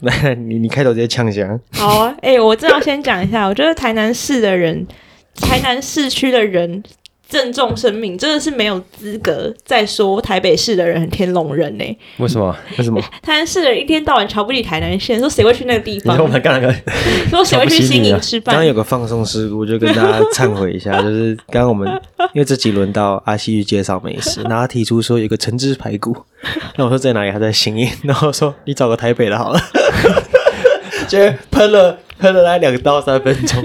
来， 你你开头直接呛一下。好啊，哎、我正要先讲一下，我觉得台南市的人，台南市区的人郑重声明，真的是没有资格再说台北市的人很天龙人呢、为什么？为 什么？台南市的人一天到晚瞧不起台南县，说谁会去那个地你方说？我 们干了个说谁会去啊新营吃刚刚饭？有个放松事故，就跟大家忏悔一 下，就是刚刚我们因为这集轮到阿西去介绍美食，然后他提出说有个橙汁排骨， 那我说在哪里？他在新义，然后说你找个台北的 好了，就喷了喷了他两到三分钟，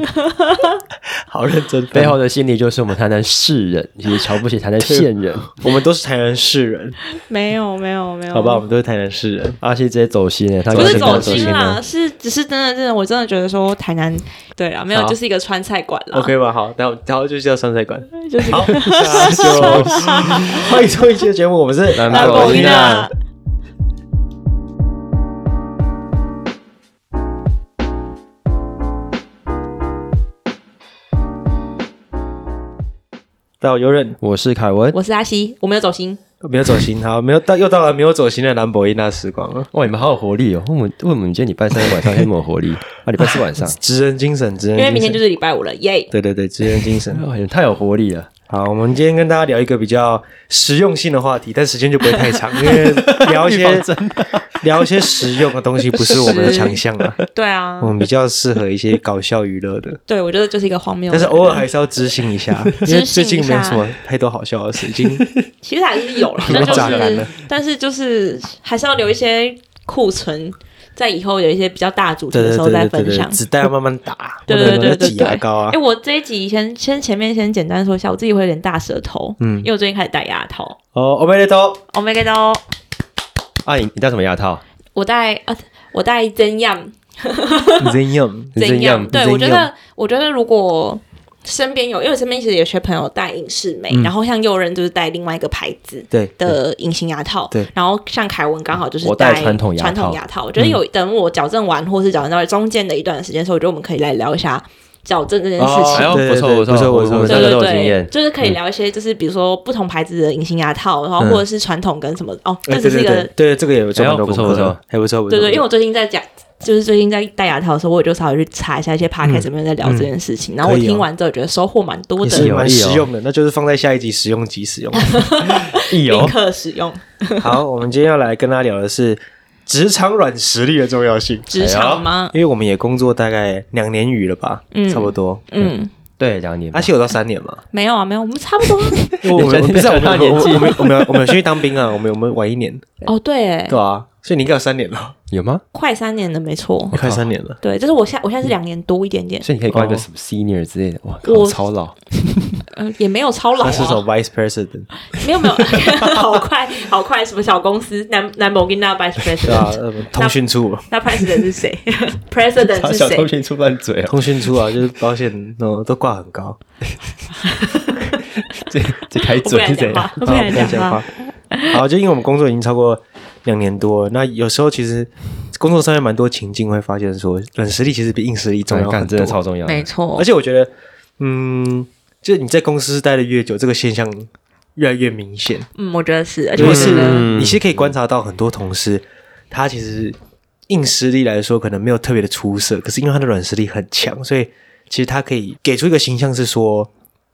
好认真。背后的心理，就是我们台南市人其实瞧不起台南县人。我们都是台南市人，没有，没有，没有，好吧，我们都是台南市人。阿西直接走心了，他不完是全没有走心心啦，了。是只是真的，真的，我真的觉得说台南，对啦，没有，好就是一个川菜馆啦 OK 吧，好，那我然后就叫酸菜馆。 就是好，下周欢迎收听这节目，我们是南拉狗狗一一娜娜。到游刃，我是凯文，我是阿西，我没有走心，没有走心，好，没有到又到了没有走心的兰博伊娜时光了。哇，你们好有活力哦！为什么为什么你今天礼拜三晚上那么有活力啊？礼拜四 晚上，职人精神，职人精神，因为明天就是礼拜五了，耶！对对对，职人精神。哇，你们哎太有活力了。好，我们今天跟大家聊一个比较实用性的话题，但时间就不会太 长，因为聊一 预防些针聊一些实用的东西不是我 们的强项啊，对啊我，们比较适合一些搞笑娱乐 的。对我觉得就是一个荒谬的但人，是偶尔还是要知性一 下，因为知性最一近没有下什么太多好笑的事，已经其实还是有 啦，有但点就榨干了是但是就是还是要留一些库存，在以后有一些比较大主题对的对时候对再对对分对，享。子弹要慢慢打， 对对对对对挤牙膏啊哎、，我这一集先先前面先简单说一下，我自己会有点大舌头，嗯嗯，因为我最近开始戴牙套。哦，我没得头， Oh my god！哦啊，你你戴什么牙套？我戴啊，我戴怎样真用，你怎样？对我觉你真用得，我觉得如果身边有，因为我身边其实有些朋友戴隐适美，嗯然后像右人就是戴另外一个牌子，对对的隐形牙套，对然后像凯文刚好就是我戴传统牙套传统牙套。我觉得有等我矫正完，或是矫正到中间的一段时间时候，我觉得我们可以来聊一下矫正这件事哎情。呦对不对错对不错不错我不错我们对三个都对哦有经对 验，。就是可以聊一些，就是比如说不同牌子的隐形牙套，然后嗯或者是传统跟什么哦，哎这只是一对对个对对这个也有做很多哎呦不错功课不错，还不错不错，对对，因为为我最近在讲，就是最近在戴牙套的时候，我就稍微去查一下一些 podcast 里面在聊这件事情，然后我可以哦听完之后觉得收获蛮多也的，是有蛮力哦实用的，那就是放在下一集实用集使用。 益立友刻使用好，我们今天要来跟大家聊的是职场软实力的重要性，哎职场吗？因为我们也工作大概两年余了吧，嗯差不多，嗯，对两年吧阿，西有到三年嘛，没有啊，没有，我们差不多啊。我你们们不是啊我到们年纪我们我们我 们我们有去当兵啊，我们我们晚一年，哦，对，哎对啊，所以你应该有三年了，有吗？快三年了，没错。快三年了。对，就是我现在我现在是两年多一点点，所以你可以挂一个哦什么 senior 之类的，哇，靠我超老，呃，也没有超老他是首啊， vice president，没有没 有，好快好快，什么小公司，南南摩根那 vice 对啊， president，呃通讯处， 那 president 是谁？president 是谁？心出烂嘴哦， 通讯处啊，就是保险哦，都挂很高，这这开我不嘴是敢怎讲话 样？，我不敢啊讲话。。好，就因为我们工作已经超过两年多了，那有时候其实工作上面蛮多情境会发现说，软实力其实比硬实力重要哎干很啊真的多。超重要的，没错而，且我觉得，嗯，就是你在公司待的越久，这个现象越来越明显。嗯，我觉得是，而且就我是觉得，你其实可以观察到很多同事，他其实硬实力来说可能没有特别的出色，可是因为他的软实力很强，所以其实他可以给出一个形象是说，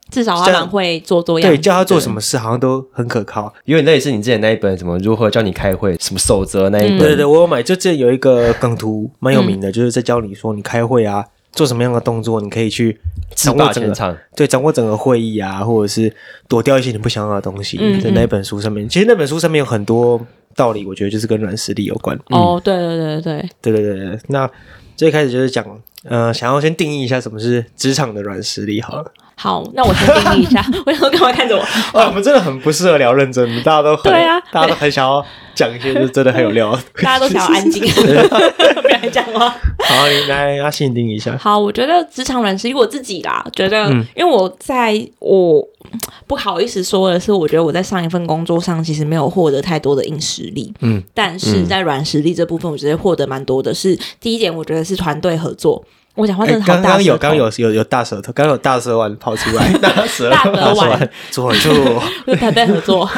至少他这样蛮会做作样，对，叫他做什么事好像都很可靠。有点类似你之前那一本什么如何教你开会，什么守则那一对嗯对本，对，我有买，就这有一个梗图蛮有名的，就是在教你说你开会啊，做什么样的动作，你可以去自掌握霸整全个场，对，掌握整个会议啊，或者是躲掉一些你不想要的东西，嗯在那本书上面。其实那本书上面有很多道理，我觉得就是跟软实力有关。哦，对对对对对，对对对对，那最开始就是讲，呃，想要先定义一下什么是职场的软实力好了。好，那我先定义一下， 我想说干嘛看着我？啊，我们真的很不适合聊认真，大家都很对啊大家都很想要讲一些就是真的很有料。 大家都想要安静，不然讲话。好，你来阿信定义一下。好，我觉得职场软实力我自己啦，觉得嗯因为我在我不好意思说的是，我觉得我在上一份工作上其实没有获得太多的硬实力，嗯嗯，但是在软实力这部分，我觉得获得蛮多的是。第一点，我觉得是团队合作。我讲话哎真的好刚大刚有舌头，刚有有有大舌头，刚刚有大舌丸跑出来，大舌 大大蛇舌 丸 丸，佐助，就团队合作。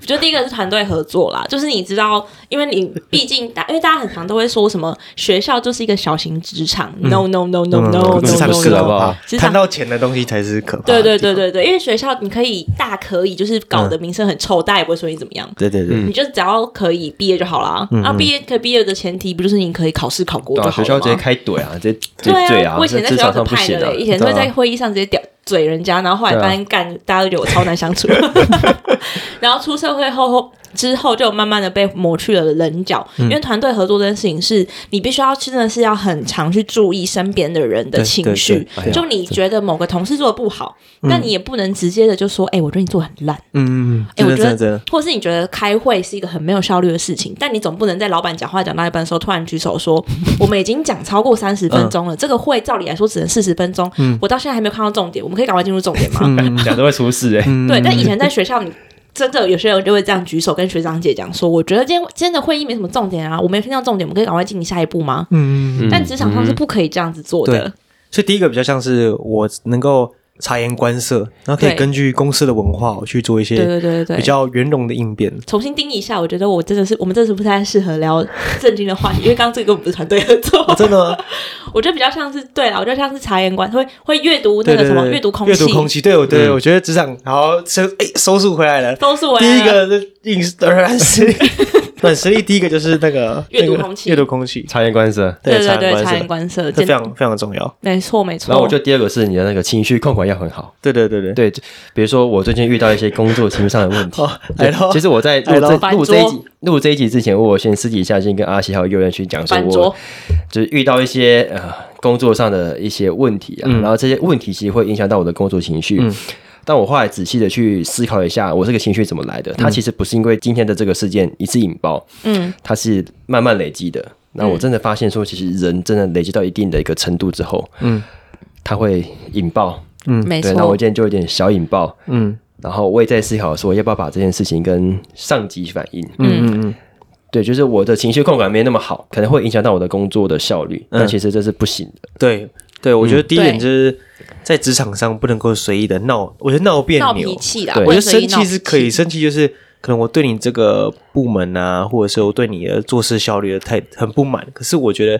我觉得第一个是团队合作啦，就是你知道，因为你毕竟大，因为大家很常都会说什么学校就是一个小型职场、n o no no no no no 职场 no 嗯是 no，可好不好怕职，场谈到钱的东西才是可啊怕对的地方。对对对对，因为学校你可以大可以就是搞得名声很臭，大家也不会说你怎么样。对对对嗯你就只要可以毕业就好啦。然后毕业可以毕业的前提不就是你可以考试考过就好对啊，了吗？学校直接开怼啊，直接 直接对醉啊，啊，我以前在学这职校可场上不派行的啊嘞，以前都对会啊 在会议上直接屌嘴人家，然后后来对啊发现干，大家都觉得我超难相处。 然后出社会后后之后，就慢慢的被磨去了棱角，嗯因为团队合作这件事情是你必须要真的是要很常去注意身边的人的对情对绪对哎。呀就你觉得某个同事做的不好，嗯但你也不能直接的就说，哎，我觉得你做得很烂。嗯，嗯，嗯哎、真我的觉真的得真的，或是你觉得开会是一个很没有效率的事情，但你总不能在老板讲话讲到一半的时候突然举手说：“ 我们已经讲超过三十分钟嗯了，这个会照理来说只能四十分钟，我到现在还没有看到重点，我们可以赶快进入重点嗯吗？”讲都会出事哎、对，但以前在学校你。真的，有些人就会这样举手跟学长姐讲说：“我觉得今天今天的会议没什么重点啊，我没有听到重点，我们可以赶快进行下一步吗？”嗯， 但职场上是不可以这样子做的对。所以第一个比较像是我能够察言观色，然后可以对根据公司的文化我去做一对些对对对比对，较圆融的应变。重新定义一下，我觉得我真的是我们真的是不太适合聊正经的话题，因为刚刚这个我们不是团队合作，哦真的吗？我觉得比较像是对啦，我觉得像是察言观，会会阅读那对个对什么对，阅读空气，阅读空气，对我对我觉得职场，然后收哎收束回来了。都是我第一个是硬软 实力，软实力第一个就是那个阅读那个空气阅读空气，察言观色。对察对言对，观察言色，观色，这非简常非常重要。没错没错。然后我觉得第二个是你的那个情绪控管要很好。对对对对，对，就比如说我最近遇到一些工作情绪上的问题。好， 哦来对喽其。实我在来录咯这翻录这一桌集录这一集之前，我有先私底下先跟阿西还有佑人去讲说，翻我桌，就是遇到一些呃工作上的一些问题啊，然后这些问题其实会影响到我的工作情绪。但我后来仔细的去思考一下，我这个情绪怎么来的？它其实不是因为今天的这个事件一次引爆，嗯，它是慢慢累积的。那我真的发现说，其实人真的累积到一定的一个程度之后，嗯，它会引爆。没对，那我错今，天就有点小引爆，嗯然后我也在思考说，要不要把这件事情跟上级反映。嗯，嗯嗯，对，就是我的情绪控管没那么好，可能会影响到我的工作的效率，嗯但其实这是不行的。对对，我觉得第一对点就是在职场上不能够随意的闹，我觉得闹别闹扭脾，气啦，对我觉不能得随哦生意闹气脾是气可以，生气就是可能我对你这个部门啊，或者是我对你的做事效率的太很不满。可是我觉得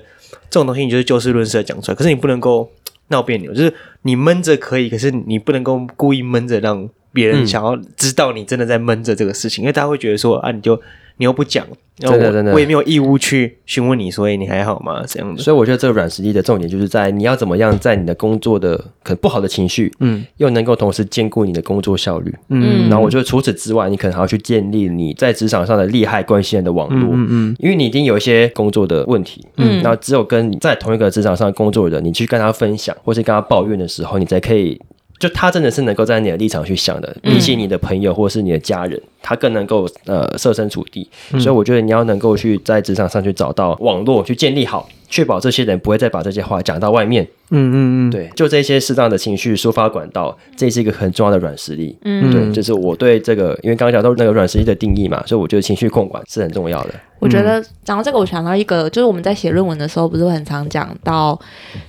这种东西你就是就事论事的讲出来，可是你不能够闹别扭，就是你闷着可以，可是你不能够故意闷着让别人想要知道你真的在闷着这个事情，因为大家会觉得说啊，你就你又不讲，然后真的真的我我也没有义务去询问你所以你还好吗？这样子。所以我觉得这个软实力的重点就是在你要怎么样在你的工作的可能不好的情绪，嗯，又能够同时兼顾你的工作效率，嗯然后我觉得除此之外，你可能还要去建立你在职场上的利害关系人的网络，嗯嗯，因为你已经有一些工作的问题，嗯嗯，那只有跟你在同一个职场上工作的人，你去跟他分享或是跟他抱怨的时候，你才可以。就他真的是能够站在你的立场去想的，比起你的朋友或是你的家人，他更能够呃设身处地。所以我觉得你要能够去在职场上去找到网络，去建立好，确保这些人不会再把这些话讲到外面。嗯嗯嗯，对，就这些适当的情绪抒发管道，这是一个很重要的软实力。嗯对，就是我对这个，因为刚刚讲到那个软实力的定义嘛，所以我觉得情绪控管是很重要的。我觉嗯得讲到这个，我想到一个，就是我们在写论文的时候，不是很常讲到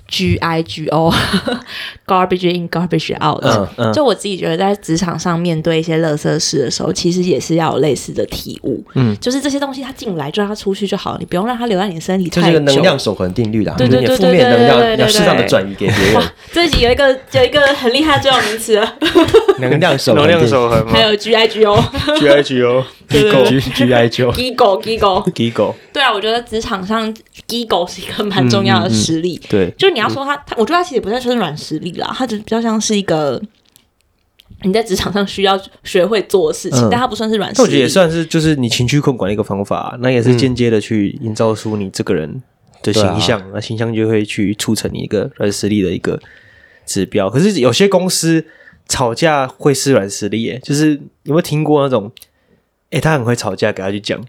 G I G O，garbage in, garbage out。嗯嗯就我自己觉得，在职场上面对一些垃圾事的时候，其实也是要有类似的体悟。嗯，就是这些东西它进来就让它出去就好，你不用让它留在你身体这是太一久。个 能量守恒定律啦，对对你对的对负面能对对对量对要适当的转移给别 人，这一集有一个有一个很厉害的专有名词了，能量守恒能定量律。守恒吗还有 G I G O、 ？G I G O，对对对 G G I 九， g i g o g i g o 给狗，对啊，我觉得职场上 g i g o 是一个蛮重要嗯的实力。对，就你要说他，他我觉得他其实也不太算是软实力啦，他只是比较像是一个你在职场上需要学会做的事情，嗯但他不算是软实那力。我觉得也算是就是你情绪控管的一个方法，啊那也是嗯间接的去营造出你这个人的对啊形象，那形象就会去促成你一个软实力的一个指标。可是有些公司吵架会是软实力耶，就是有没有听过那种？哎、他很会吵架，给他去讲，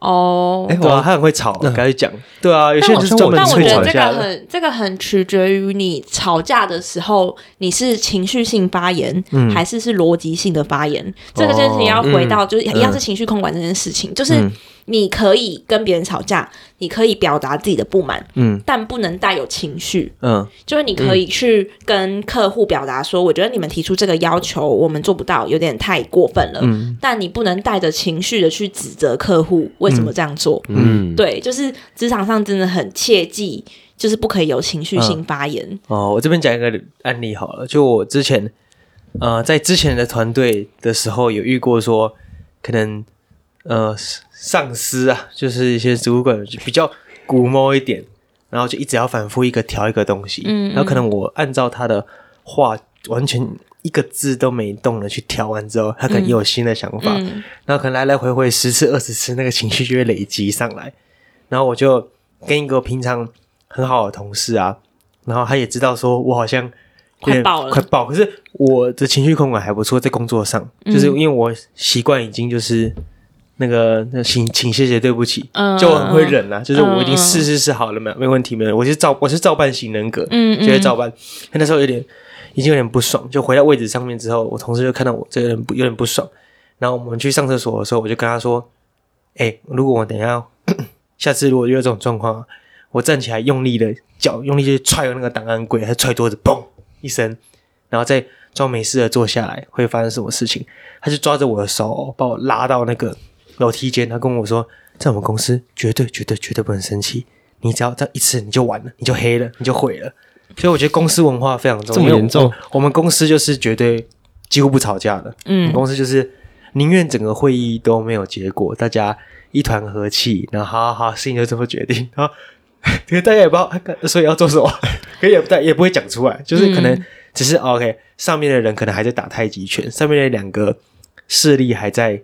哦。哎，对啊，我他很会吵，给他去讲，对啊，有些人就是但专我门但我会觉吵得这个架的，很这个很取决于你吵架的时候，你是情绪性发言、嗯哦还嗯是是逻辑性的发言。这个件事情要回到就是一样是情绪控管这件事情，就是。你可以跟别人吵架，你可以表达自己的不满，嗯但不能带有情绪。嗯就是你可以去跟客户表达说，我觉得你们提出这个要求，我们做不到，有点太过分了。嗯但你不能带着情绪的去指责客户为什么这样做。嗯，对，就是职场上真的很切记，就是不可以有情绪性发言。哦，我这边讲一个案例好了，就我之前呃在之前的团队的时候有遇过说，可能呃上司啊，就是一些主管就比较古摸一点，然后就一直要反复一个调一个东西，嗯嗯然后可能我按照他的话完全。一个字都没动的去调完之后，他可能也有新的想法，嗯然后可能来来回回十次二十次，那个情绪就会累积上来。然后我就跟一个平常很好的同事啊，然后他也知道说我好像有点快爆了快爆。可是我的情绪控管还不错，在工作上，就是因为我习惯已经就是那个那请请谢谢对不起，嗯就我很会忍啦、就是我已经嗯试试试好了没没问题没问题，我是照我是照办型人格，嗯就会照办。但那时候有点已经有点不爽，就回到位置上面之后，我同事就看到我这有点不有点不爽，然后我们去上厕所的时候，我就跟他说：“哎、如果我等一下 下次如果遇到这种状况，我站起来用力的脚用力去踹那个档案柜，还踹桌子，嘣一声，然后再装没事的坐下来，会发生什么事情？”他就抓着我的手，把我拉到那个楼梯间，他跟我说：“在我们公司绝对绝对绝对不能生气。”你只要这样一次，你就完了，你就黑了，你就毁了。所以我觉得公司文化非常重要。这么因为严重我？我们公司就是绝对几乎不吵架的。我们嗯，公司就是宁愿整个会议都没有结果，大家一团和气，然后好好好，事情就这么决定，然后 因为大家也不知道干所以要做什么，可也不太也不会讲出来，就是可嗯能只是、OK，上面的人可能还在打太极拳，上面的两个势力还在。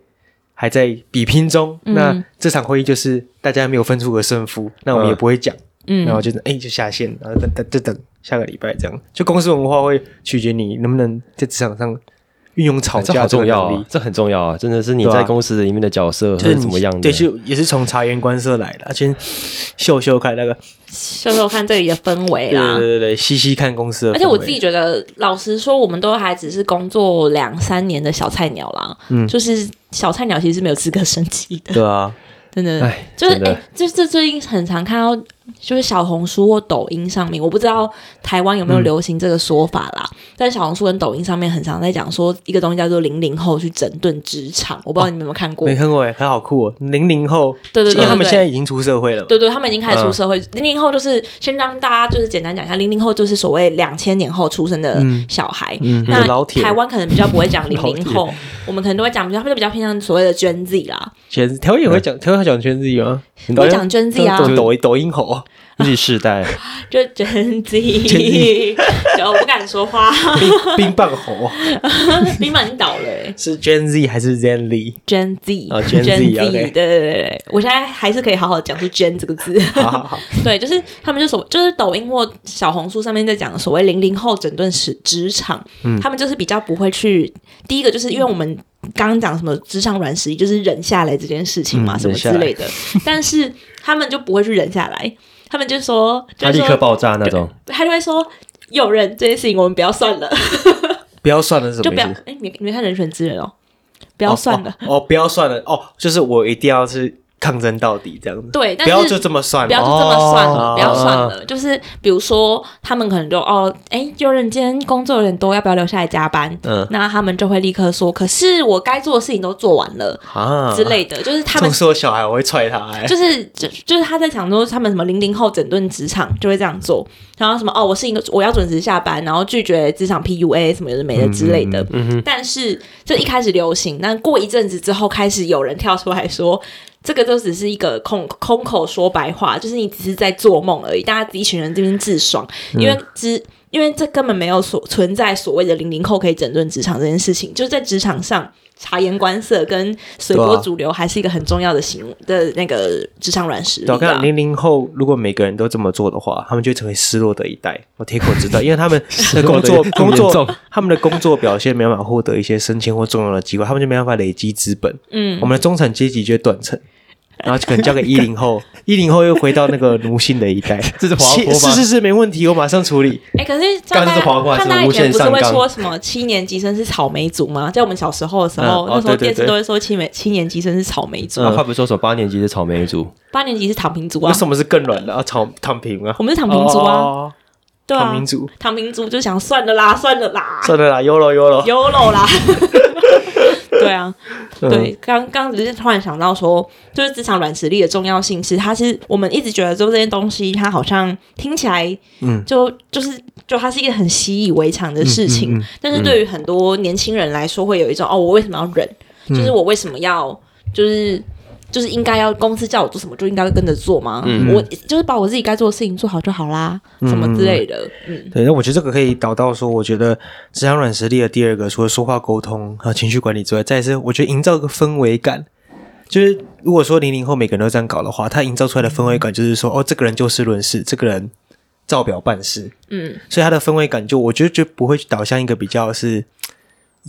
还在比拼中，嗯那这场会议就是大家没有分出个胜负，那我们也嗯不会讲，嗯然后就是哎、就下线，然后等等就等下个礼拜这样。就公司文化会取决你能不能在职场上运用吵这架好这个重要能啊力，，这很重要啊，真的是你对啊在公司里面的角色就是是你怎么样的？对，就也是从察言观色来的，先秀秀看那个，秀秀看这里的氛围对对啦。对对，细细看公司的氛围。而且我自己觉得，老实说，我们都还只是工作两三年的小菜鸟啦，嗯就是小菜鸟其实是没有资格生气的，对啊，真的。哎，就是哎、真的欸，就是这最近很常看到，就是小红书或抖音上面，我不知道台湾有嗯没有流行这个说法啦。但小红书跟抖音上面很常在讲说一个东西叫做“零零后去整顿职场”，我不知道你们有没有看过？没看过哎，很好酷哦，零零后，对对哦对因为他们对现在已嗯经出社会了嘛，对对，他们已经开始出社会。零零、后就是先让大家就是简单讲一下，零零后就是所谓两千年后出生的嗯小孩。嗯，有那老铁台，湾可能比较不会讲零 老铁零后，我们可能都会讲，比较他们就比较偏向所谓的 Gen Z 啦，圈子，台湾也会讲，台湾会讲圈子语吗？都讲 Gen Z 啊，抖抖抖音 吼，日世代，就 Gen Z， Gen 然后我不敢说话，冰冰棒吼，冰满已经倒了欸是 Gen Z 还是 Gen Z？ ，Gen Z，哦，Gen Z，对 OK 对对对对，我现在还是可以好好讲出 Gen 这个字，好好好， 对，就是他们就所就是抖音或小红书上面在讲所谓零零后整顿职职场，嗯他们就是比较不会去第一个就是因为我们刚刚讲什么职场软实力，就是忍下来这件事情嘛，嗯什么忍之下来类的，但是他们就不会去忍下来，他们就说，就他是立说刻爆炸那种。他就会说。有人这件事情我们不要算了，不要算了，是什就么不要意思？哎，你你没看《人选之人》哦，不不要算了，哦，哦不要算了，哦，就是我一定要是抗争到底这样子，对，但不是要就这么算不要了，就哦这么算了，哦不要算了。就是比如说，他们可能就哦，哎，有人今天工作有点多，要不要留下来加班？嗯那他们就会立刻说，可是我该做的事情都做完了啊之。类的，就是他这们么。说小孩，我会踹他、哎就是就就是他在讲说他们什么零零后整顿职场就会这样做，然后什么哦我是一个我要准时下班，然后拒绝职场 PUA 什么有的没的之类的。嗯但是这一开始流行，但过一阵子之后开始有人跳出来说，这个都只是一个空空口说白话，就是你只是在做梦而已。大家一群人这边自爽，嗯因为只。因为这根本没有所存在所谓的零零后可以整顿职场这件事情，就是在职场上察言观色跟随波对啊逐流还是一个很重要的行的那个职场软实力对，我啊看。零零后，如果每个人都这么做的话，他们就会成为失落的一代。我铁口直 断，因为他们的工作失落的一代工很严作重，他们的工作表现没办法获得一些升迁或重要的机会，他们就没办法累积资本。嗯 我，们的中产阶级就会断层，然后就可能交给一零后，一零后又回到那个奴性的一代， 这是滑坡吗是是是，没问题，我马上处理。哎、可是像刚才大是黄瓜像是大家以无限前不是上会纲说什么七年级生是草莓族吗？在我们小时候的时嗯候，哦那时对候对电视对嗯都会说七年七年级生是草莓族，啊，他不是说什么八年级是草莓族，八年级是躺平族为啊。什么是更软的啊？躺躺平啊，我们是躺平族啊，哦对啊，躺平族，躺平族就想算了啦，算了啦算了啦，有了有了， ，YOLO 啦。对啊，嗯对，刚刚只是突然想到说，就是职场软实力的重要性是，它是我们一直觉得做这些东西，它好像听起来，嗯就就是就它是一个很习以为常的事情，嗯嗯嗯但是对于很多年轻人来说，会有一种哦，我为什么要忍？嗯就是我为什么要就是。就是应该要公司叫我做什么就应该跟着做吗？嗯我就是把我自己该做的事情做好就好啦，嗯什么之类的。嗯，对，那我觉得这个可以导到说，我觉得职场软实力的第二个，除了说话沟通和情绪管理之外，再来是我觉得营造一个氛围感。就是如果说零零后每个人都这样搞的话，他营造出来的氛围感就是说，哦，这个人就事论事，这个人照表办事，嗯，所以他的氛围感就我觉得就不会导向一个比较是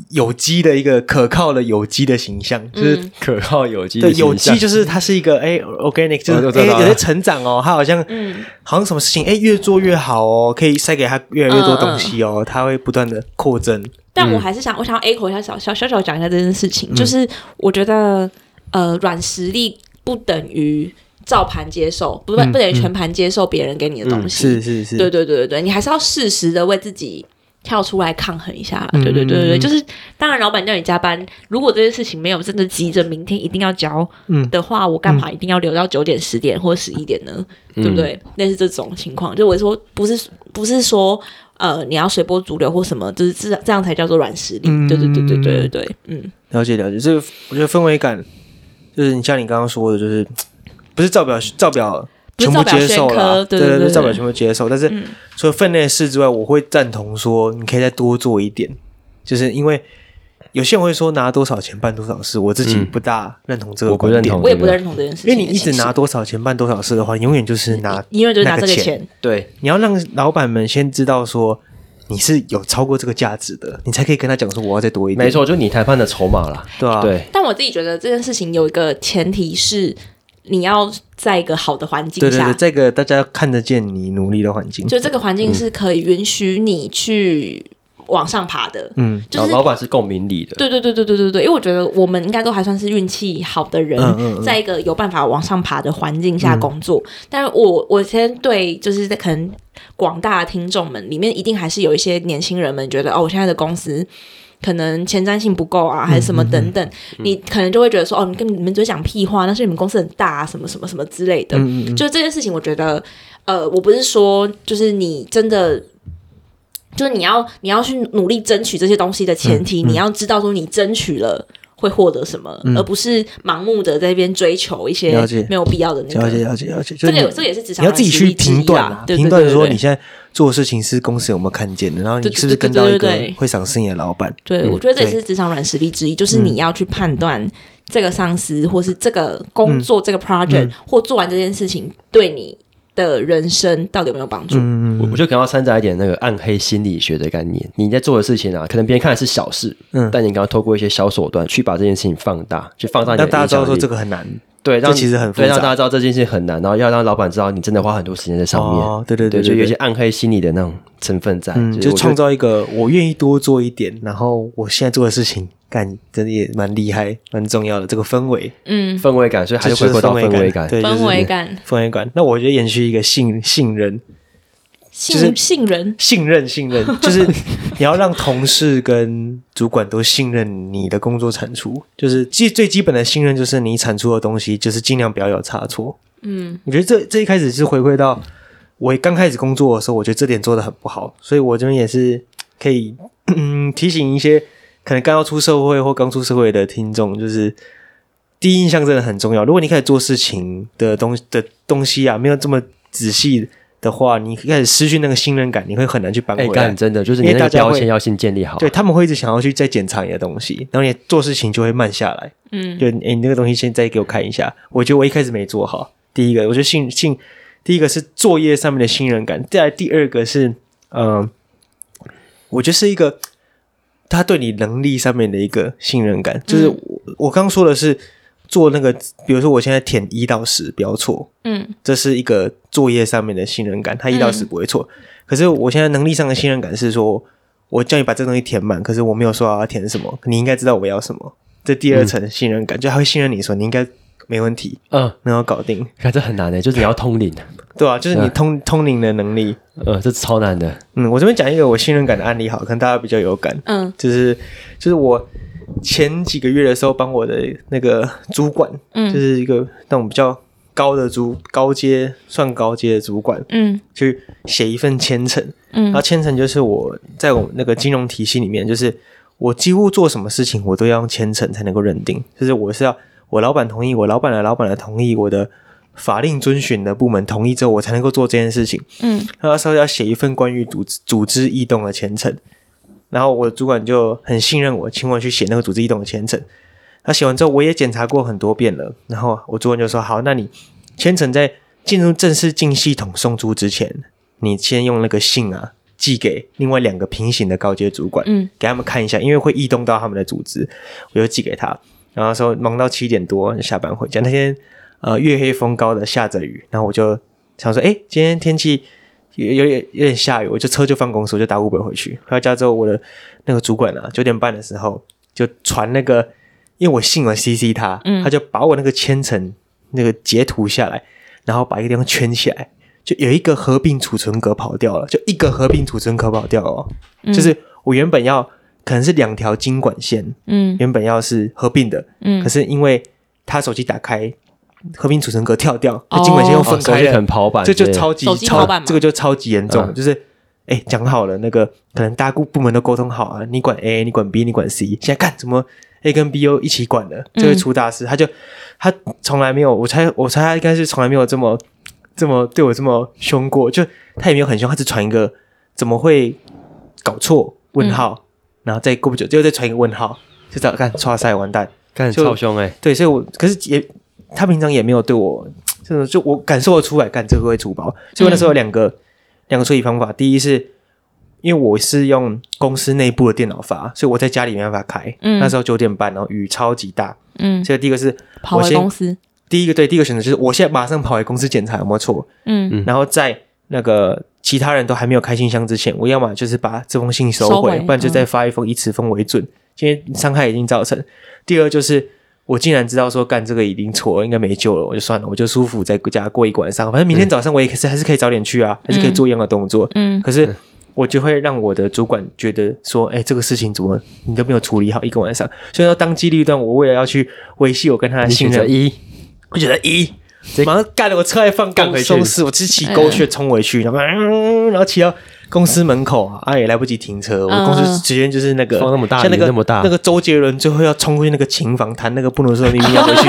有机的一个可靠的有机的形象，就是嗯可靠有机的对，有形象机就是它是一个哎，organic，就我是哎知道有在成长哦，它好像嗯好像什么事情哎越做越好哦，可以塞给它越来越嗯多东西哦，它会不断的扩增。但我还是想，我想要 echo 一下小小小小讲一下这件事情，嗯就是我觉得呃，软实力不等于照盘接受，不、不等于全盘接受别人给你的东西。嗯是是是，对对对对对，你还是要适时的为自己跳出来抗衡一下。嗯对对对对对，嗯就是当然，老板叫你加班，如果这件事情没有真的急着明天一定要交嗯嗯的话，我干嘛一定要留到九点、十点或十一点呢？对不对？类似这种情况，就我说不是不是说呃你要随波逐流或什么，就是这这样才叫做软实力。嗯对对对对对对对，嗯了解了解，这个我觉得氛围感就是你像你刚刚说的，就是不是照表照表不全是部照表接受宣科了，对对对对嗯对照表全部接受。但是除了分内的事之外，我会赞同说你可以再多做一点，就是因为有些人会说拿多少钱办多少事，我自己嗯不大认同这个我不观认点，同我也不认同这件事因为情。嗯你一直拿，多少钱办多少事的话，永远就是拿，因为就是拿这个那个钱钱，对，你要让老板们先知道说。你是有超过这个价值的，你才可以跟他讲说我要再多一点，没，错，就你谈判的筹码啦。对啊，，对，但我自己觉得这件事情有一个前提是，你要在一个好的环境对对下，对，这个大家看得见你努力的环境，就这个环境是可以允许你去往上爬的。嗯，就老是老板是共鸣力的，对对对对对对对，因为我觉得我们应该都还算是运气好的人，嗯嗯嗯嗯在一个有办法往上爬的环境下工作。但是我我先对，就是在可能广大的听众们里面，一定还是有一些年轻人们觉得，哦，我现在的公司。可能前瞻性不够啊，还是嗯什么等等，你可能就会觉得说，哦，你跟你们只讲屁话，但是你们公司很大啊，什么什么什么之类的。嗯嗯嗯就这件事情，我觉得，呃，我不是说就是你真的，就是你要你要去努力争取这些东西的前嗯提，你要知道说你争取了。会获得什么，而不是盲目的在那边追求一些了解没有必要的那了解个。了解了解，就是这你个有这个也是职场你要自己软实去力之一评断啦啊，对对评对断对说对你现在做的事情是公司有没有看见的，然后你对是不是对对跟到一对个对对会赏心眼的老板？对，嗯我觉得这也对嗯是职场软实力之一，就是你要去判断这个上司或是这个嗯工作、这个 project 或做完这件事情对你的人生到底有没有帮助。嗯我我觉得可能要掺杂一点那个暗黑心理学的概念。你在做的事情啊，可能别人看的是小事，嗯但你刚刚透过一些小手段去把这件事情放大，去放大你的让大家知道说影响力这个很难对，让这其实很复对，杂让大家知道这件事情很难，然后要让老板知道你真的花很多时间在上面。哦，对对对对就有对一些对，暗黑心理的那种成分在，嗯，哎是就我创觉得造一个我愿意多做一点，然后我现在做的事情干真的也蛮厉害，蛮重要的这个氛围，嗯，氛围感，所以还这是就回是归到氛围感，感。对，就是氛围感、氛围感。那我觉得延续一个信信任，信、就是信任，信任，信 任，就是你要让同事跟主管都信任你的工作产出。就是最最基本的信任，就是你产出的东西，就是尽量不要有差错。嗯，我觉得这这一开始是回馈到我刚开始工作的时候，我觉得这点做的很不好，所以我这边也是可以嗯提醒一些可能刚要出社会或刚出社会的听众，就是第一印象真的很重要。如果你开始做事情的东的东西啊，没有这么仔细的话，你一开始失去那个信任感，你会很难去扳回哎，来干。真的就是你因为那个大家会标签要先建立好。啊对，他们会一直想要去再检查你的东西，然后你做事情就会慢下来。嗯，就诶，你那个东西先再给我看一下。我觉得我一开始没做好。第一个，我觉得信信，第一个是作业上面的信任感，再来第二个是，嗯、我觉得是一个他对你能力上面的一个信任感。就是我,、我刚刚说的是做那个，比如说我现在填一到十，不要错，嗯，这是一个作业上面的信任感，他一到十不会错。可是我现在能力上的信任感是说，我叫你把这东西填满，可是我没有说要填什么，你应该知道我要什么。这第二层信任感，就他会信任你说你应该没问题，嗯，能够搞定，看这很难的，就是你要通灵，对啊，就是你通通灵的能力。呃，这超难的。嗯，我这边讲一个我信任感的案例，好，可能大家比较有感。嗯，就是就是我前几个月的时候，帮我的那个主管，嗯就是一个那种比较高的主高阶，算高阶的主管，嗯去写一份千层，嗯然后千层就是我在我们那个金融体系里面，就是我几乎做什么事情，我都要用千层才能够认定，就是我是要我老板同意，我老板的老板的同意，我的法令遵循的部门同意之后，我才能够做这件事情。嗯他那时候要写一份关于组织组织异动的前程，然后我主管就很信任我，请我去写那个组织异动的前程。他写完之后，我也检查过很多遍了，然后我主管就说：“好，那你千层在进入正式进系统送出之前，你先用那个信啊寄给另外两个平行的高阶主管，嗯，给他们看一下，因为会异动到他们的组织。”我就寄给他，然后说忙到七点多下班回家。那天呃月黑风高的下着雨，然后我就想说，哎，今天天气有有点有点下雨，我就车就放公司，我就打 Uber 回去。回到家之后，我的那个主管啊，九点半的时候就传那个，因为我信了 CC 他，他就把我那个千层那个截图下来，然后把一个地方圈起来。就有一个合并储存格跑掉了，就一个合并储存格跑掉了哦，就是我原本要可能是两条经管线，嗯原本要是合并的，嗯可是因为他手机打开合并储存格跳掉，哦那金管线又分哦手开机了，很跑版这就之类的超级手机跑版超嘛这个就超级严重，嗯就是哎讲好了那个可能大家部门都沟通好啊，你管 A，你管 B，你管 C，现在看怎么 A 跟 B 又一起管了，嗯这会出大事。他就他从来没有，我猜我猜他应该是从来没有这么这么对我这么凶过，就他也没有很凶，他只传一个怎么会搞错问嗯号，然后再过不久就再传一个问号，就这样看，哇塞，完蛋。干就超凶哎，对，所以我可是也他平常也没有对我这种，就我感受得出来，干这个会出包。所以我那时候有两个、两个处理方法，第一是因为我是用公司内部的电脑发，所以我在家里没办法开。嗯那时候九点半，然后雨超级大，嗯，所以第一个是跑我回先公司，第一个对第一个选择就是我现在马上跑回公司检查有没有错，嗯嗯然后在那个其他人都还没有开信箱之前，我要么就是把这封信收回，收回不然就再发一封以此封为准，因为伤害已经造成。第二就是我竟然知道说干这个已经错了，应该没救了，我就算了，我就舒服在家过一个晚上，反正明天早上我也可是、还是可以早点去啊，还是可以做一样的动作。嗯可是我就会让我的主管觉得说，哎、这个事情怎么你都没有处理好一个晚上？所以说当机立断，我为了要去维系我跟他的你信选任择，一，我觉得一，马上干了，我车还放干干回回去嗯收拾，我自己狗血冲回去，然后嗯，然后骑到公司门口啊，啊也来不及停车，我公司直接就是那个嗯风那么大像那个雨那么大那个周杰伦最后要冲过去那个琴房弹那个不能说的秘密要回 去，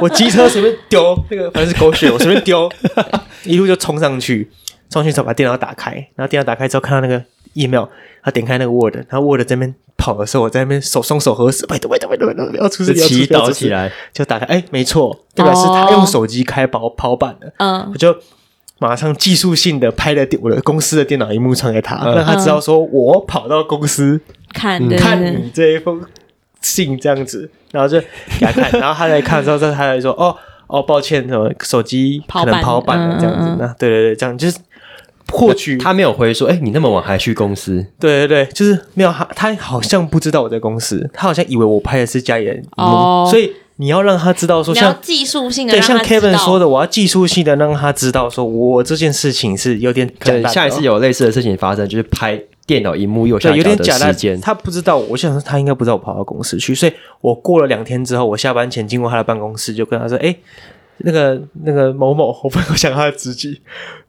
我机车随便丢，那个反正是狗血，我随便丢， 一路就冲上去，冲上去之后把电脑打开，然后电脑打开之后看到那个 email，他点开那个 Word，然后 Word 这边跑的时候，我在那边手双手合十，拜托拜托拜托拜托，不要出事，不要出事祈不要出祷事起来，就打开，哎，没错，代表是他用手机开跑跑版的，嗯我就马上技术性的拍了电我的公司的电脑荧幕传给他，嗯让他知道说我跑到公司看嗯对对看对你这一封信这样子，然后就给他看，然后他来看之后，他来说哦哦，抱歉，什么手机可能跑跑版版嗯了这样嗯嗯子，那对对对，这样就是获取他没有回说，哎，你那么晚还去公司？对对对，就是没有他，他好像不知道我在公司，他好像以为我拍的是家里人荧幕，哦所以你要让他知道说你要像。技术性的对，让像他知 Kevin 道说的，我要技术性的让他知道，说我这件事情是有点可假能大下一次有类似的事情发生，就是拍电脑荧幕右下对有角点的假时大间，他不知道，我想说他应该不知道我跑到公司去，所以我过了两天之后，我下班前经过他的办公室，就跟他说：“哎，那个那个某某，我朋友想他的职级，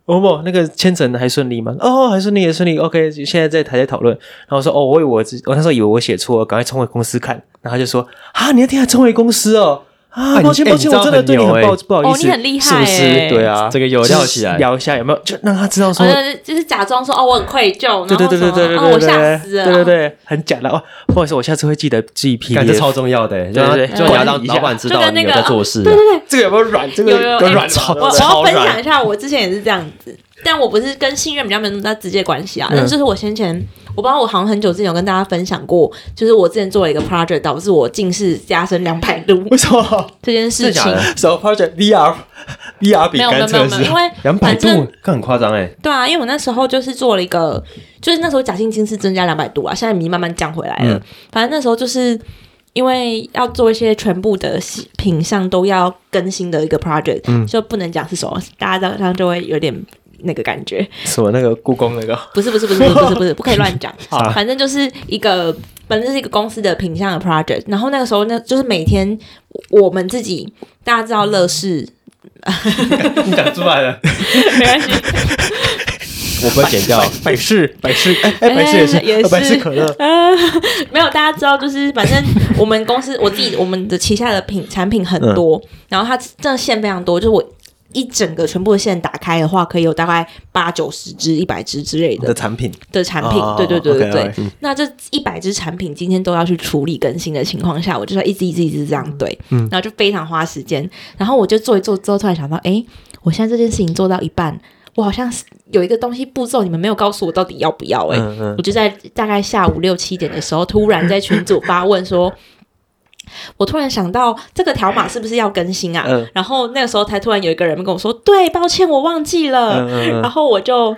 某某那个签证还顺利吗？哦，还顺利，也顺利。OK，现在在还在讨论。然后我说：哦，我以为我自我那时候以为我写错了，赶快冲回公司看。然后他就说：啊，你那天还冲回公司哦。”啊，哎抱歉你哎抱歉，你我真这样的很对你牛很哎抱不好意哦思，你很厉害是不哎是？对啊，这个有就是料起来聊一下有没有？就让他知道说，哦就是就是假装说哦，我很愧疚，对然对后对什么对对对哦，我对吓死了，对对对，很假的哦。不好意思，我下次会记得自己 P 感 D 觉超重要的，就对对对要就你要管让理一老下板知就道跟你那有个在做事啊，对对对，这个有没有软？这个有有软哎超我我超要分享软一。下我之前也是这样子，但我不是跟信任比较没有那么大直接关系啊。嗯但就是我先前，我不知道我好像很久之前有跟大家分享过，就是我之前做了一个 project，导致我近视加深两百度为什么？这件事假情。的什么 project VR VR 饼没有干没有没有测没有，试因？为两百反度正，这很夸张 哎。对啊，因为我那时候就是做了一个，就是那时候假性近视增加两百度啊，现在已经慢慢降回来了。嗯反正那时候就是因为要做一些全部的系品相都要更新的一个 project，、就不能讲是什么，大家这样就会有点那个感觉。什么那个故宫那个？不是不是不是不是不是不是，不可以乱讲。好反正就是一个，反正就是一个公司的品相的 project。然后那个时候呢，就是每天我们自己，大家知道乐视，你讲出来了，没关系，我不会剪 掉。百事百事哎哎，百事也是哎也是百事可乐。啊，没有，大家知道，就是反正我们公司我自己我们的旗下的品产品很多，然后它真的线非常多，就是我一整个全部的线打开的话，可以有大概八九十支、一百支之类的的产品，的产品。哦对对对对对。 OK，OK 那这一百支产品今天都要去处理更新的情况下，我就要一支一支一支这样对，然后就非常花时间。然后我就做一做之后，突然想到，哎，我现在这件事情做到一半。我好像是有一个东西步骤，你们没有告诉我到底要不要哎、诶嗯嗯我就在大概下午六七点的时候，突然在群组发问说，我突然想到这个条码是不是要更新啊？嗯然后那个时候才突然有一个人跟我说，对，抱歉，我忘记了。嗯嗯嗯然后我就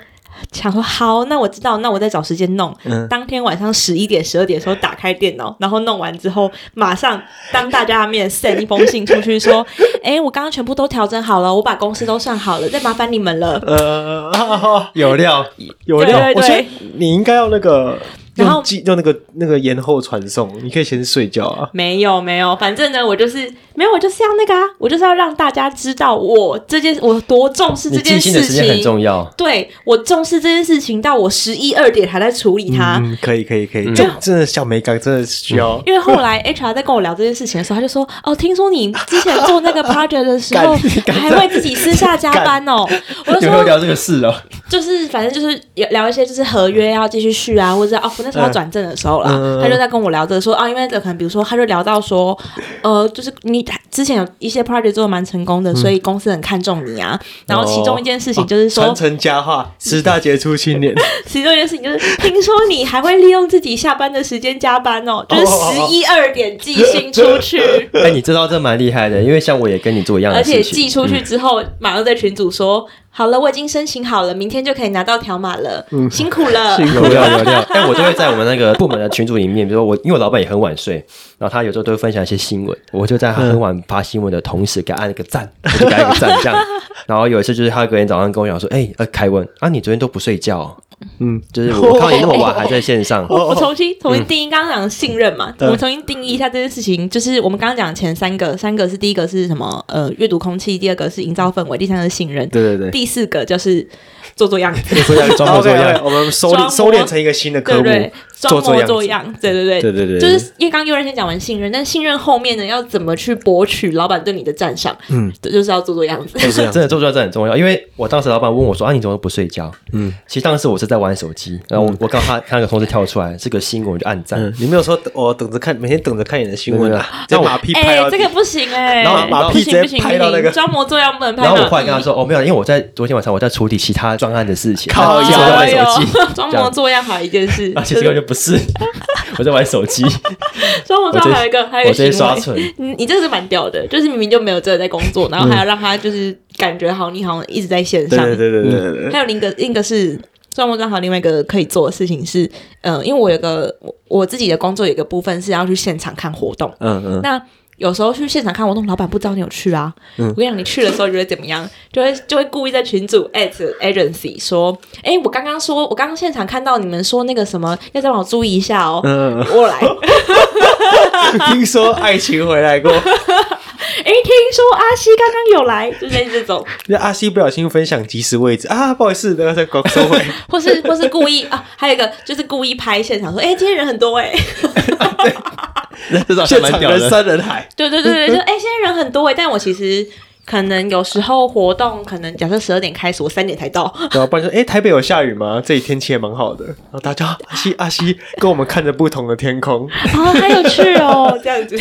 想说，好，那我知道，那我再找时间弄。嗯当天晚上十一点、十二点的时候打开电脑，然后弄完之后，马上当大家的面 send 一封信出去说，哎，我刚刚全部都调整好了，我把公司都算好了，再麻烦你们了。呃，啊有料有对料对，我觉对得你应该要那个然后用记用那个那个延后传送，你可以先睡觉啊。没有没有，反正呢，我就是没有，我就是要那个啊，我就是要让大家知道我这件我多重视你这记件性的事时间很情。重要，对我重视这件事情，到我十一二点还在处理它。嗯，可以可以可以，嗯这真的小美感真的需要。因为后来 HR 在跟我聊这件事情的时候，他就说：“哦，听说你之前做那个 project 的时 候，干还会自己私下加班哦。”我就有 没有说聊这个事哦？：“就是反正就是聊一些就是合约要继续续啊，或者哦，我那时候要转正的时候啦，嗯嗯嗯他就在跟我聊这个说啊，因为这可能比如说他就聊到说，呃，就是你之前有一些 project 做的蛮成功的，所以公司很看重你啊。然后其中一件事情就是说，哦传承佳话，十大杰出青年。 其中一件事情就是，听说你还会利用自己下班的时间加班哦，就是十一二点寄信出 去，哎，你这招真蛮厉害的，因为像我也跟你做一样而的且事情。寄出去之后，马上在群组说，好了，我已经申请好了，明天就可以拿到条码了，嗯辛苦了。有料有料，但我都会在我们那个部门的群组里面，比如说我，因为我老板也很晚睡，然后他有时候都会分享一些新闻，我就在他很晚发新闻的同时给他按一个赞，我就给他一个赞这样。 然后有一次就是他隔天早上跟我讲说，哎、呃，凯文啊，你昨天都不睡觉哦、嗯，就是我我看你那么晚还在线哦上，我我重新重新定义刚刚讲的信任嘛，对我们重新定义一下这件事情，就是我们刚刚讲前三个，三个是第一个是什么？呃，阅读空气，第二个是营造氛围，第三个是信任，对对对，第四个就是做做样子。 做样装模作 OK，OK，样，我们收装模敛收敛成一个新的科对目对，，做装做模样子作样，对对对对对对对就是因为刚刚悠人先讲完信任，但信任后面呢，要怎么去博取老板对你的赞赏？嗯，就是要做做样子。做做样 真的做出来真的很重要，因为我当时老板问我说：“啊，你怎么都不睡觉？”嗯，其实当时我是在玩手机，然后我我刚好他看那个通知跳出来，这个新闻我就按赞，嗯嗯，你没有说我等着看，每天等着看你的新闻啊，对对对这马屁拍哎、到这地个不行哎、然后把不屁行直接不行不拍到那行，个装模作样不能拍然到后屁。我后来跟他说：“哦，没有，因为我在昨天晚上我在处理其他专案的事情，靠我腰在玩哎手机，呦装这模样作样好一件事，啊，其实根本 就不是，我在玩手 机，装模作样还有一个还有我一直接个行刷为。存。 你你这个是蛮屌的，就是明明就没有真的在工作，然后还要让他就是感觉好，你好像一直在线对上。嗯对对对对对对，还有另一个另一个是算不算好？另外一个可以做的事情是，呃，因为我有个我我自己的工作有一个部分是要去现场看活动，嗯嗯，那。有时候去现场看活动，老板不知道你有去啊。我跟你讲，你去的时候觉得怎么样？就会就会故意在群组 at agency 说：“哎、我刚刚说，我刚刚现场看到你们说那个什么，要再帮我注意一下哦。嗯我来，哎、 听说爱情回来过，哎听说阿西刚刚有来，就是类似这种。那阿西不小心分享即时位置啊，不好意思，等下再搞收 回。或是或是故意啊，还有一个就是故意拍现场说，哎、今天人很多哎、这招现是蛮场屌人的。山人海，对对对 对，就哎、现在人很多哎、但我其实可能有时候活动，可能假设十二点开始，我三点才到，然后不然说，哎，台北有下雨吗？这里天气也蛮好的。然后大家啊阿西阿西跟我们看着不同的天空，哦 啊，好有趣哦，这样子。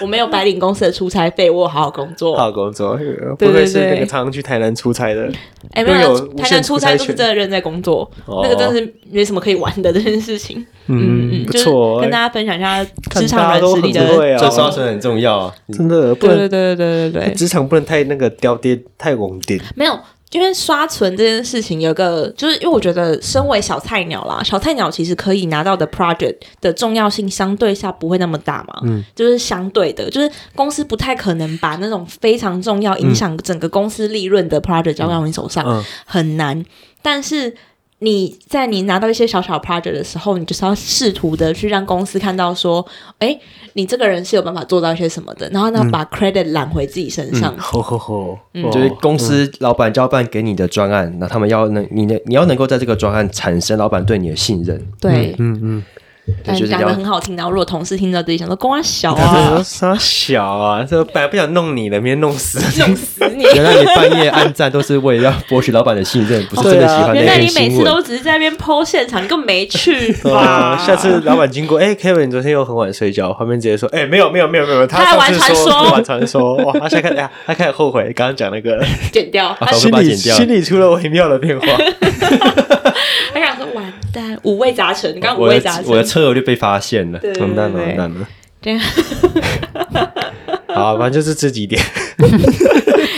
我没有白领公司的出差费，我有好好工作。 好工作，不愧是那个常常去台南出差的，哎，都没有有，无台限南出出差差都是权真的认在工作，哦那个真的是没什么可以玩的这件事情。嗯，不就是错跟哦，大家分享一下看职场大家软都实力很的。会啊这刷存很重要啊。真的不对能对对对对对对，职场不能太那个刁颠，太稳 定，没有。因为刷存这件事情，有个就是因为我觉得，身为小菜鸟啦，小菜鸟其实可以拿到的 project 的重要性相对下不会那么大嘛，嗯，就是相对的，就是公司不太可能把那种非常重要、影响整个公司利润的 project 交到你手上，嗯很难。但是你在你拿到一些小小 project 的时候，你就是要试图的去让公司看到说，哎，你这个人是有办法做到一些什么的，然后呢，嗯把 credit 揽回自己身上，吼吼吼，嗯就是公司老板交办给你的专案，那他们要能你能你要能够在这个专案产生老板对你的信任，对，嗯嗯，但就是讲聊的很好听，然后如果同事听到自己想说公啊小他 说啊，啥小啊，这本来不想弄你的，明天弄死， 弄死你！原来你半夜暗战都是为了要博取老板的信任，不是真的喜欢原那来篇你每新次闻。都只是在那边剖现场，你根本没 去吧啊！？下次老板经过，哎、k e v i n 昨天又很晚睡觉，旁边直接说，哎、没有没有没有没有，他还上次玩传说说他玩传 说，哇，他现在开始，哎呀他开始后悔刚刚讲那个， 剪掉。他啊心把它里剪掉心里出了微妙的变化，他想说完蛋，五味杂陈，刚刚五我味杂的我的陈。车友就被发现了，对对完蛋对了完对， 蛋了，这样 好，反正就是这几 点，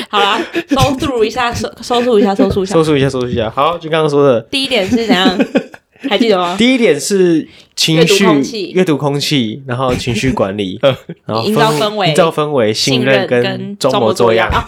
好啦，收束一下，收收束一下，收束一下收。束一下，收束一下，好，就刚刚说的。第一点是怎样？还记得啊 吗？第一点是情阅读空气绪，阅读空气，然后情绪管 理，然后营造氛围营造氛围，信任跟装模作作样。 啊，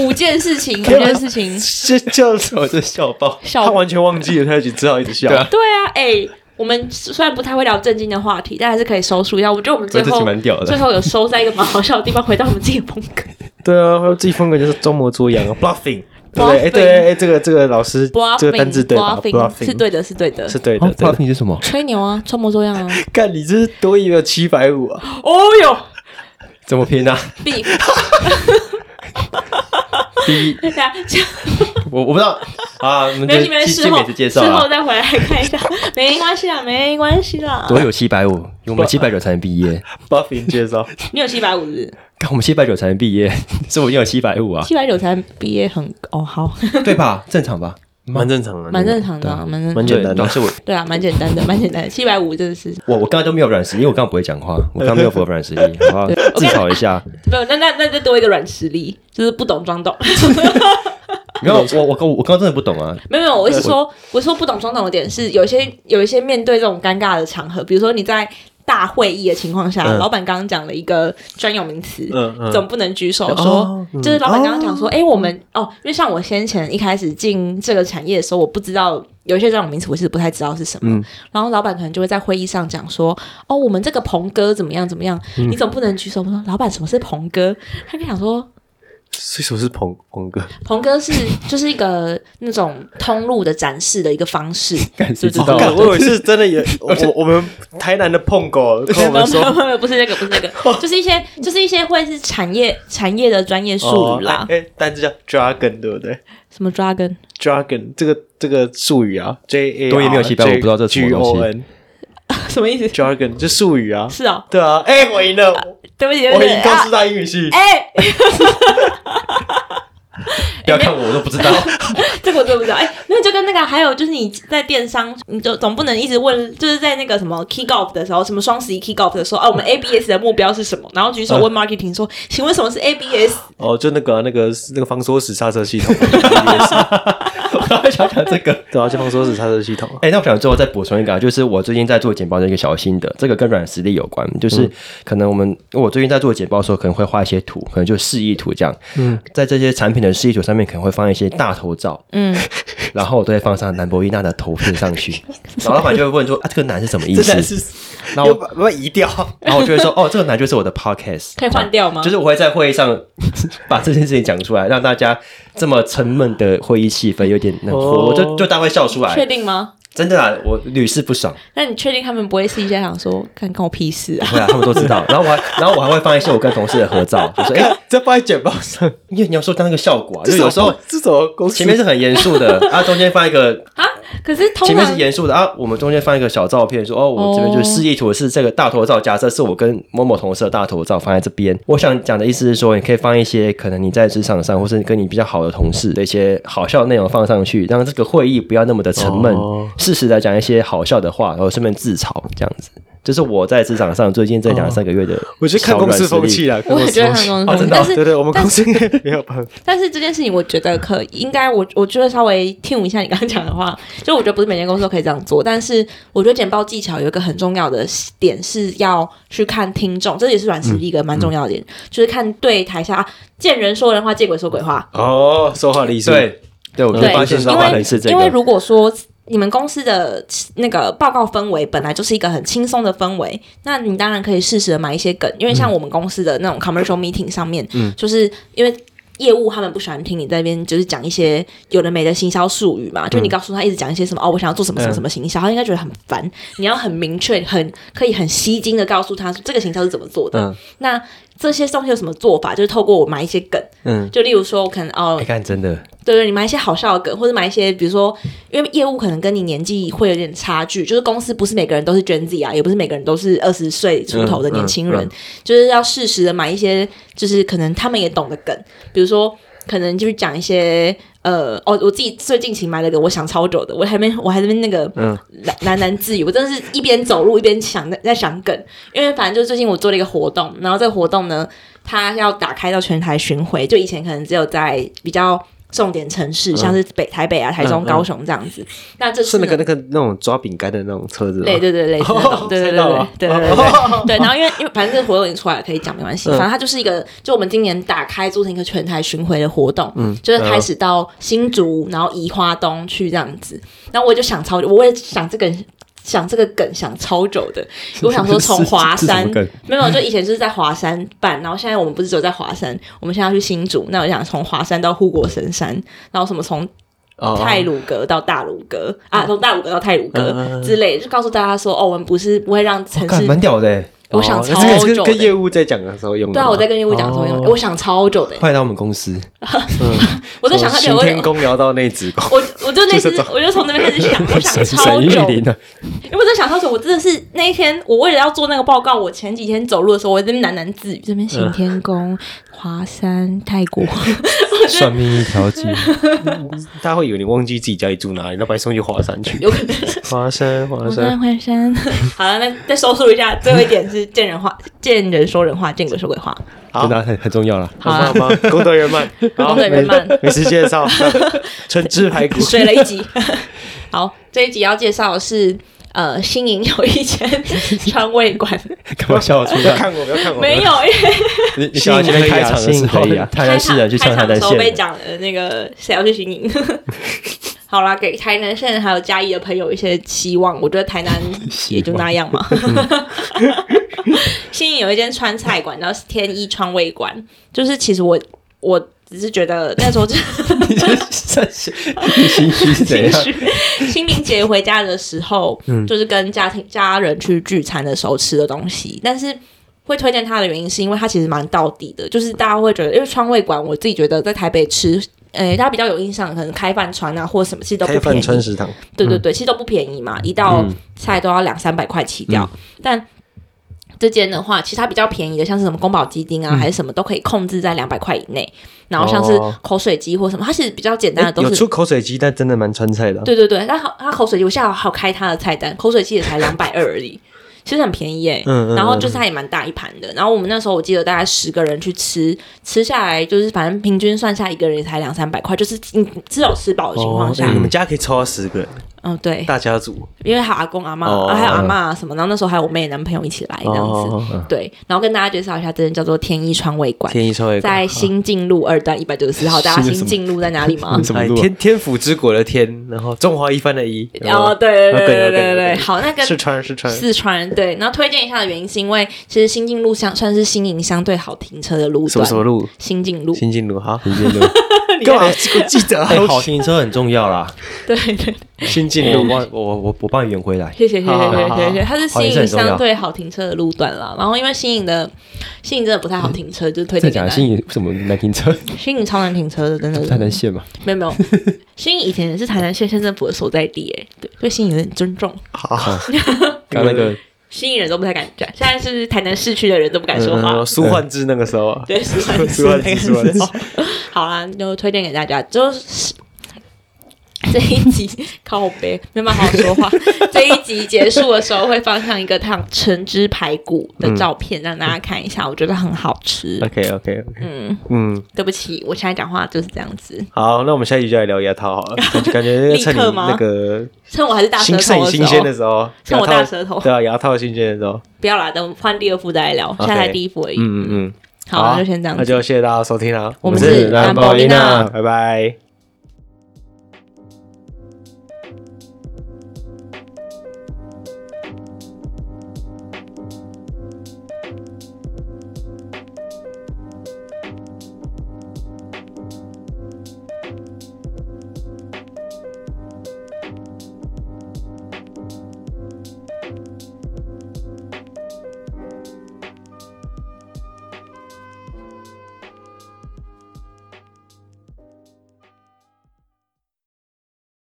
五件事情，五件事情。这叫什么？我真笑爆。小他完全忘记了，他就只好一直笑。对啊对啊，哎、我们虽然不太会聊正经的话题，但还是可以收束一下。我觉得我们最这期后蛮屌的最后有收在一个蛮好笑的地方，回到我们自己的风格。 对啊，他自己风格就是装模作样啊，bluffing，对不对？哎， Bluffing 对，哎，这个这个老师 bluffing 这个单字对吧 bluffing 是对的，是对的，是对哦的，对的。你是什么？吹牛啊，装模作样啊。干，你这是多一个七百五啊！哦哟， 怎么拼啊？比 第一，大家我我不知道 啊。我们没这你们继事续后每次介绍事后啊。再回来看一下，没关系啦，没关系啦。我有七百五，我们七百九才能毕 业。 ，bluffing 介绍，你有七百五十，看我们七百九才能毕业， 所以我一定有七 百五啊，七百九才毕业很哦，好，对吧？正常吧？蛮正常的，蛮正常的啊，蛮正蛮简单的对是我对啊，蛮简单的，蛮简单的，七百五真的是我我刚才都没有软实力，因为我刚刚不会讲 话，我刚刚没有符合软实力，好 不好？自嘲一下。没有，那那那再多一个软实力，就是不懂装懂。没有，我我刚我刚刚真的不懂啊。没有没有，我是说，我是说不懂装懂的点是，有一些有一些面对这种尴尬的场合，比如说你在大会议的情况下，嗯老板刚刚讲了一个专有名词，嗯嗯总不能举手哦说，嗯就是老板刚刚讲说，哎、我们哦，因为像我先前一开始进这个产业的时候，我不知道。有一些专有名词我是不太知道是什么，嗯然后老板可能就会在会议上讲说：“哦，我们这个鹏哥怎么样怎么样？”嗯你总不能举手说：“老板，什么是鹏哥？”他就想说：“所以说是鹏鹏哥，鹏哥是就是一个那种通路的展示的一个方式，干知谁不知知道道哦？干我以为 是真的也，我我我们台南的碰狗跟我没有们没有说没有，不是那个，不是那个，就是一些就是一些会是产业产业的专业术语啦哦，哎，哎单字叫 dragon 对不对什么 dragon ？dragon 这个这个术语啊，J A 多一没有七百我不知道这是什么东西 N 什么意思？ dragon 这术语啊， 是哦，对啊，哎，我赢了，我对不起，对我不起赢中啊师大英语系，哎，不要看我，我都不知道。这个我真的不知道。哎，没有，就跟那个，还有就是你在电商，你就总不能一直问，就是在那个什么 kick off 的时候，什么双十一 kick off 的时候，啊，我们 ABS 的目标是什么？然后举手问 marketing 说，请问什么是 ABS？哦，就那个啊那个那个防锁死刹车系统，我刚才想讲这个。对啊，就防锁死刹车系统啊，哎、那我想最后再补充一个、啊，就是我最近在做简报的一个小心得，这个跟软实力有关，嗯就是可能我们我最近在做简报的时候，可能会画一些图，可能就示意图这样。嗯，在这些产品的示意图上面，可能会放一些大头照，嗯， 然后我都会放上兰博基纳的头片上 去，然后老板就会问说啊，这个男是什么意这思才？是然要后把把它移掉，然后我就会说，哦，这个男就是我的 podcast， 可以换掉吗？ 就是我会在会议上把这件事情讲出来，让大家这么沉闷的会议气氛有点难哦活，我就就大家会笑出确来。定吗？真的啊，我屡试不爽。那你确定他们不会私底下想说，干干我屁事啊？会啊，他们都知道。然后我还，然后我还会放一些我跟同事的合照，就说，哎、再放在简报上，因为你要说当一个效果啊，就这有时候这种公司前面是很严肃的，啊，中间放一个啊， 可是通前面常是严肃的啊，我们中间放一个小照片，说哦，我这边就是示意图是这个大头照，假设是我跟某某同事的大头照放在这边。我想讲的意思是说，你可以放一些可能你在职场上或是跟你比较好的同事的一些好笑的内容放上去，让这个会议不要那么的沉闷，哦适时的讲一些好笑的话，然后顺便自嘲这样子。这是我在职场上最近这两三个月的小软实力，哦我觉得看公司风气啦，我也觉得很多人哦真的哦但是对对，我们公司应该 没有办法。但是这件事情，我觉得可应该我我觉得稍微听一下你刚刚讲的话， 就我觉得不是每间公司都可以这样做，但是我觉得简报技巧有一个很重要的点是要去看听众，这也是软实力一个蛮重要的点，就是看对台下、啊、见人说人话，见鬼说鬼话。哦，说话的意思，对对，我就对发现说因话为很是这因为个。如果说你们公司的那个报告氛围本来就是一个很轻松的氛围，那你当然可以适时的买一些梗，因为嗯像我们公司的那种 commercial meeting 上面，就是因为。业务他们不喜欢听你在那边就是讲一些有的没的行销术语嘛，就嗯你告诉他一直讲一些什么哦，我想要做什么什么什么行销，他应该觉得很烦。你要很明确、很可以很吸睛的告诉他说这个行销是怎么做的。嗯那这些东西有什么做法？就是透过我买一些梗，嗯，就例如说我可能哦你，哎看，真的，对对，你买一些好笑的梗，或者买一些，比如说，因为业务可能跟你年纪会有点差距，就是公司不是每个人都是 Gen Z 啊，也不是每个人都是二十岁出头的年轻人，嗯嗯嗯就是要适时的买一些，就是可能他们也懂的梗，比如说，可能就是讲一些。呃，哦，我自己最近期买了个我想超久的，我还没，我还在那边那个嗯喃喃喃自语，我真的是一边走路一边想在在想梗，因为反正就是最近我做了一个活动，然后这个活动呢，它要打开到全台巡回，就以前可能只有在比较重点城市，像是北台北啊、台中、嗯嗯高雄这样子。那这次是呢那个那个那种抓饼干的那种车子吗，对对对类似那种哦 对对知对道了哦对对对对 对对。然后因为因为反正这个活动已经出来了，可以讲没关系。嗯反正它就是一个，就我们今年打开做成一个全台巡回的活动，嗯就是开始到新竹，然后宜花东去这样子。然后我就想超久，我也想这个。想这个梗想超久 的，我想说从华山是是是什么梗 没有，就以前就是在华山办，然后现在我们不是只有在华山，我们现在要去新竹，那我想从华山到护国神山，然后什么从哦，泰鲁格到大鲁格啊，从大鲁格到泰鲁嗯哦格之类，就告诉大家说，哦，我们不是不会让城看市蛮，屌的，我想超那这个是久跟跟的业。务在讲的时候用的对吗。啊，我在跟业务讲说，哦我想超久的，快到我们公司。 我在想他从行有嗯我哦天宫聊到内子宫，我我就就那是次这种我就从那边开始想，我想超玉久，林啊，因为我在想超久，我真的是那一天，我为了要做那个报告，我前几天走路的时候，我在那边喃喃自语，这边嗯行天宫、华山、泰 国，算命一条街，他会以为你忘记自己家里住哪里，那把你送去华山去。有可能华山，华华山山，，华山。 好了，那再收束一下，最后一点是见人话， 见人说人话，见鬼说鬼话。好真的很很重要啦。好吧，好吧，功德圆 满，好啊功德圆满美美食介 绍，橙汁排骨，水了一集。 好，这一集要介绍的是呃，新营有一间 川味馆，干嘛 笑出 不要来？看我，不要看我，没有，因为你你想到前面开场的时候幸亏啊，台南市人去开上台场的南时候被县，讲的那个谁要去新营。 好啦，给台南县还有嘉义的朋友一些希望。我觉得台南也就那样嘛。 新营有一间川菜馆，然后是天一川味馆，就是其实我我只是觉得那时候就你这在你心虚是情怎样？绪。 清明节回家的时候，嗯就是跟家庭家人去聚餐的时候吃的东西，但是。会推荐它的原因是因为它其实蛮到底的，就是大家会觉得，因为川味馆，我自己觉得在台北吃，诶，大家比较有印象，可能开饭川啊或什么，其实都不开便饭嗯川宜。食堂，对对对，其实都不便宜嘛，一道菜都要两三百块起嗯掉。但这间的话，其实它比较便宜的，像是什么宫保鸡丁啊，还是什么，都可以控制在两百块以内。然后像是嗯哦口水鸡或什么，它其实比较简单的都有是出口水鸡，但真的蛮川菜的啊。对对对，但好，他口水鸡，我现在好开他的菜单，口水鸡也才两百二而已，其实很便宜耶、嗯嗯然后就是它也蛮大一盘的，然后我们那时候我记得大概十个人去吃，吃下来就是反正平均算下一个人也才两三百块，就是你只有吃饱的情况下，哎你嗯、们家可以凑到十个人，对，大家族。因为还有阿公阿妈、哦啊还有阿妈什么，然后那时候还有我妹的男朋友一起来 这样子，哦对，然后跟大家介绍一下，这间叫做天一川味馆。天一超越在新进路二段一百九十四号，大家是什新么进路在哪里吗？什么哎路啊？天天府之国的天，然后中华一番的一，然后哦对对对对对对 OK，OK，OK 对，好，那跟四川四川，四川对，然后推荐一下的原因是因为其实新进路相算是新营相对好停车的路什么段，什么路？新进路，新进路哈，你真的 你干嘛不记得啊？哎、 好停车很重要啦。哎对对对，新进我入帮我我我帮你圆回来。谢谢谢谢好好谢好谢谢谢，好它是好新也是很颖重要相对好停车的路段啦。然后因为新颖的新颖真的不太好停车，就是推再荐给讲大的家。新颖 为什么难 停车？新颖超难停车的，真的台南县嘛，没有没有。新颖以前是台南县县政府的所在地，哎，对，对新颖有点尊重，好，刚刚那个新颖人都不太敢讲，现在是台南市区的人都不敢说话嗯。苏焕智那个时候啊， 对，是算是 苏焕智，苏那焕个智时候。 好啦，就推荐给大家，就是。这一集靠背没办法好好 说话。这一集结束的时候会放上一个烫橙汁排骨的照片，让大家看一下，我觉得很好吃。 OK OK OK，嗯，嗯，对不起，我现在讲话就是这样子。好，那我们下一集就来聊牙套好了，感觉感觉趁你立刻吗那个趁我还是大舌新头趁的新时鲜候的，时 候，趁我牙套大舌头对啊，牙套新鲜的时候，不要啦，等换第二副再来聊。现在才第一副而已。嗯嗯嗯，好，那就先这样那子。就谢谢大家收听啦，我们是兰博兰博丽丽娜娜啊拜拜。